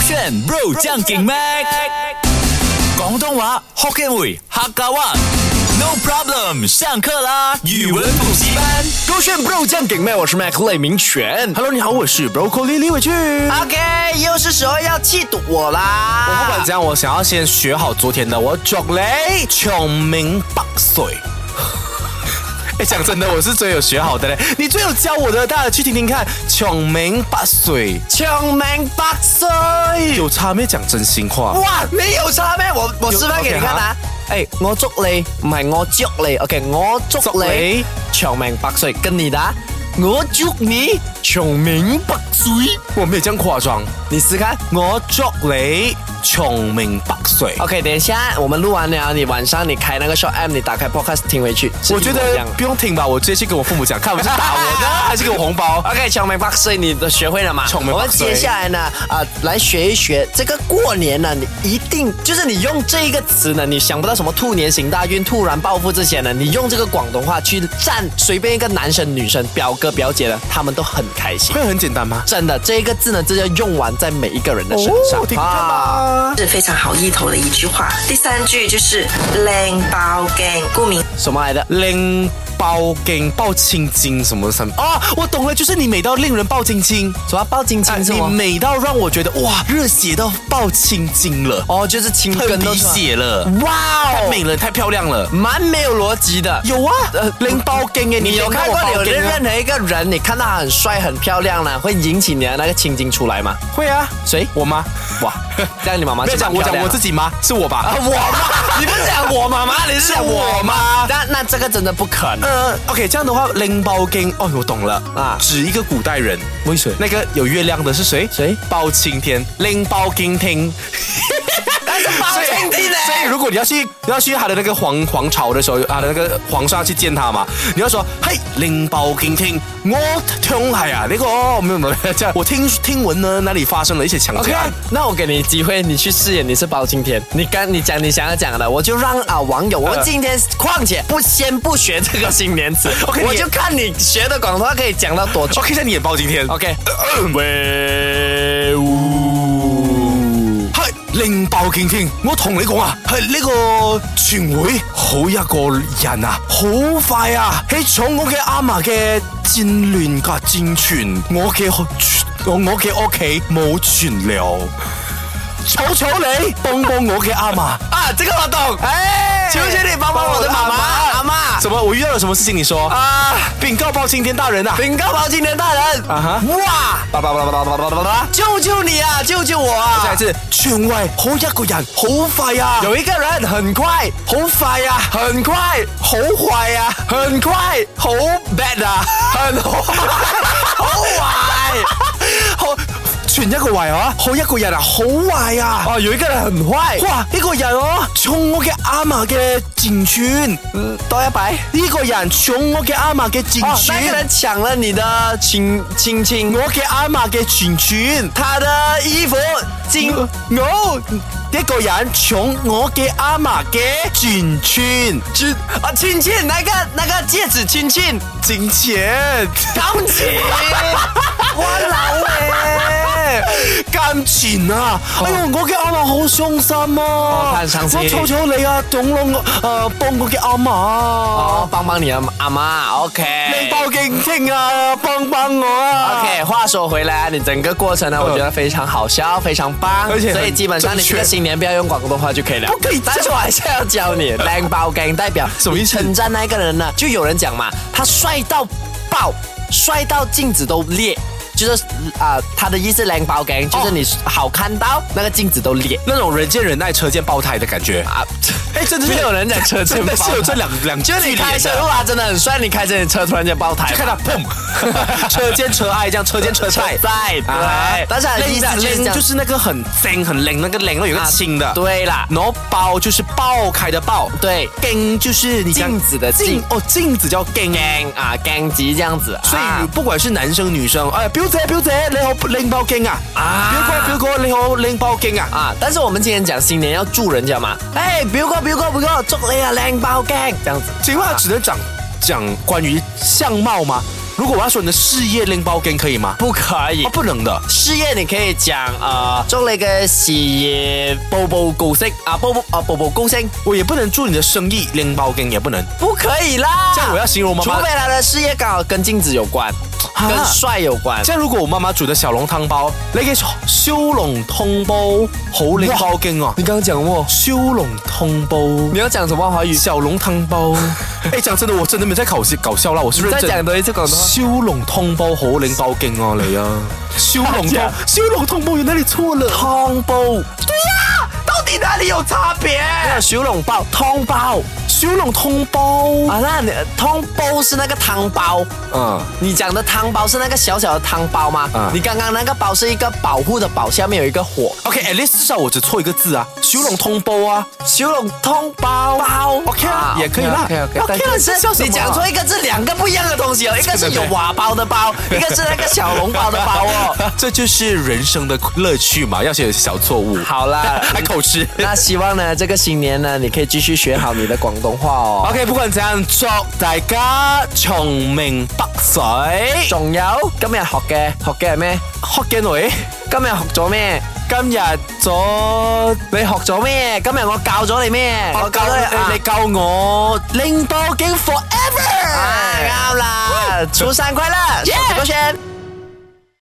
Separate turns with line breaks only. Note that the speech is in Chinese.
选 Bro 将劲 Mac，广东话 Hokkien 语客家话。No problem，上课啦！语文补习班。
勾选 bro 酱顶妹，我是 Mac 雷明全。Hello，你好，我是 Broccoli 李伟俊。
OK，又是时候要气堵我啦！
我老板讲，我想要先学好昨天的，我脚嘞穷明百岁。 哎，讲真的，我是最有学好的嘞。你最有教我的，大家去听听看。穷明百岁
穷命百岁。
有差没？讲真心话。
哇，你哎有差咩？我我
有
示范给你看
OK，
啊
好！
诶，我祝你，唔係我祝你，OK，我祝
祝
你
你
長命百歲，跟你的啊，我祝你長命百歲。
我没有这样夸张。
你试看
我祝你穷明百岁。
，OK，等一下我们录完了，你晚上你开那个 Show M，你打开 Podcast 听回去，是
我觉
一模一
得
样的
不用听吧，我直接去跟我父母讲，看我是打我呢，还是给我红包。
OK，穷明百岁，你都学会了嘛？
穷明
我
百岁
们接下来呢，啊、来学一学这个过年呢，你一定就是你用这个词呢，你想不到什么兔年行大运、突然暴富这些呢，你用这个广东话去赞随便一个男生、女生、表哥、表姐呢，他们都很开 心。
会很简单吗？
真的，这个字呢，这要用完在每一个人的身上、
哦听到吗？
是非常好意头的一句话。第三句就是靓包镜，顾名
什么来的？
令包茎爆青筋什么什么啊？我懂了，就是你美到令人爆青筋，
什么哎包金
啊
青是
你
吗？
美到让我觉得哇，热血到爆青筋了，
哦，就是青
喷
根都
鼻
出来
血了，
哇
太
哦，
美了，太漂亮了。
蛮没有逻辑的。
有啊，令包茎哎，
你
令
有
到
看
我
过
爆
有
茎
任
啊
任何一个人，你看到他很帅很漂亮呢，会引起你的那个青筋出来吗？
会啊？
谁？
我妈，
哇，这样你妈妈
不要
是
讲我讲我自
己
己妈，是我吧？
啊，我妈，你不是讲我妈妈，你是
是
讲我啊
我
妈？
妈。
那那这个真的不可能。
呃，OK，这样的话，拎包巾哦，我懂了
啊
啊，指一个古代人，
为什
那个有月亮的是谁？
谁？
包青天，拎包巾听。
那是包青天呢
所以如果你要去你要去他的那个皇皇朝的时候，他的那个皇上去见他嘛，你要说嘿，拎包巾听，我听哎呀，那个哦，没有没有这样，我听听闻呢那里发生了一些强奸
OK，
案。
那我给你机会，你去饰演你是包青天。你刚你讲你想要讲的，我就让啊网友，我们今天况且不先不学这个新年词
OK，
我
你
就看你学的广东话可以讲到多久。
OK，那你也包今天。
OK，
喂，系令爆敬天，我同你講啊，係呢個全會好一個人啊，好快啊！喺搶我嘅阿嫲嘅戰亂嘅戰傳，我嘅 我我嘅屋企冇傳了。草草你幫幫我嘅阿嫲。
啊，这个我懂。
哎
求求你帮帮我的妈妈阿嬷
什么？我遇到了什么事情？你说啊？禀告包青天大人啊！
禀告包青天大人，
啊哈
哇！
叭叭叭叭叭叭叭叭叭。
救救你啊！救救我
再
啊
一！次，全外好一個人，好快啊！
有一个人很快，
好快啊，很快，好快啊，很快，好 bad 啊，很好，好坏，好全一個壞啊，好一個人啊，好壞啊，
哦，有一个人很坏，
哇，呢、個人哦，從我嘅阿嫲嘅戰船，
嗯，多一百。
呢、個人從我嘅阿嫲嘅戰
哦，
船，
那个人抢了你的亲亲亲，
我嘅阿嫲嘅戰船，
他的衣服金
我我哦一個人從我嘅阿嫲嘅戰船，
金啊亲亲，那个那个戒指亲亲，
金錢。
恭喜！哇老 诶，
金錢啊！哎呦，我嘅阿嫲好傷心啊！
她很傷心
我求求你啊，懂咯，我誒幫我嘅阿嫲
哦
啊，，
帮帮你啊阿妈，OK。
你包勁聽啊，幫幫我啊
OK，话说回来，啊你整个过程呢，我觉得非常好笑，非常棒，
而且很
所以基本上你
正确
这个新年不要用广东话就可以了。
不可以这样
但是我还是要教你， 靓包gang 代表
什么意思
称赞那一个人呢，就有人讲嘛，他帅到爆，帅到镜子都裂。就是啊、他的意思靓包 gang
哦
就是你好看到那个镜子都裂
那种人见人爱，车见爆胎的感觉。
啊！
哎，真的是
没有人讲车见
真的
爆
是
胎
有这两两句
就你
连
开车，
的，
哇，真的很帅，你开着你车突然间爆胎，
看到 砰， 车见车爱这样，车见车 菜。
在
啊
对，但是他的意思
冷
就是这
冷
样
就是那个很冷很冷那个冷，然后有个
啊
轻的，
对啦，
然后包就是爆开的爆，
对，
镜就是你讲
镜子的镜
哦，镜子叫镜。
gang 啊 gang 级这样子，
所以
啊
不管是男生女生，哎，表姐表姐，你好拎包巾啊！
啊
表哥表哥，你好拎包巾啊！
啊，但是我们今天讲新年要祝人家嘛，哎，表哥表哥表哥，祝你啊靓包 gang 这样子，
请问他只能讲讲关于相貌吗？如果我要说你的事业拎包间可以吗？
不可以
哦，。不能的。
事业你可以讲啊、呃，祝你嘅事业步步高升啊，步步啊步步高升，
我也不能祝你的生意拎包间，也不能。
不可以啦。
这样我要形容妈
除
妈
非。他的事业刚好跟镜子有关，
啊
跟帅有关。
即系如果我妈妈煮的小笼汤包，你嘅烧笼汤包好拎包间哦。
刚刚讲过，
烧笼汤包，
你要讲什么华语？
小笼汤包。哎，讲真的，我真的没在搞笑搞笑啦，我是认
再
真
讲。多一次广东话。
烧笼汤包好拎包劲啊你啊！烧笼
大
汤
家，
烧笼汤包有哪里错了？汤包，对呀、到底哪里有差别？
小笼包、汤包
烧笼汤包，
啊，那你汤包是那个汤包，
嗯，
你讲的汤包是那个小小的汤包吗？
啊
你刚刚那个包是一个保护的保，下面有一个火。
OK，at least 至少我只错一个字啊，修拢通包啊，
小笼汤包包
OK 啦也可以啦
啊 OK OK
OK 啦这笑什么啊
你讲错一个字，两个不一样的东西哦，一个是有瓦包的包，一个是那个小笼包的包 哦。
这就是人生的乐趣嘛，要些小错误，
好啦，
还口吃。
那希望呢，这个新年呢，你可以继续学好你的广东话哦。
OK，不管怎样，祝大家長命百歲。
仲有今日學嘅學嘅係咩？
學嘅女，
今日學咗咩？
今日咗
你學咗咩？今日我教咗你咩？
我教
你
你，你
啊
教我拎包經 forever。
啊啱啦，初三快樂，手指勾選。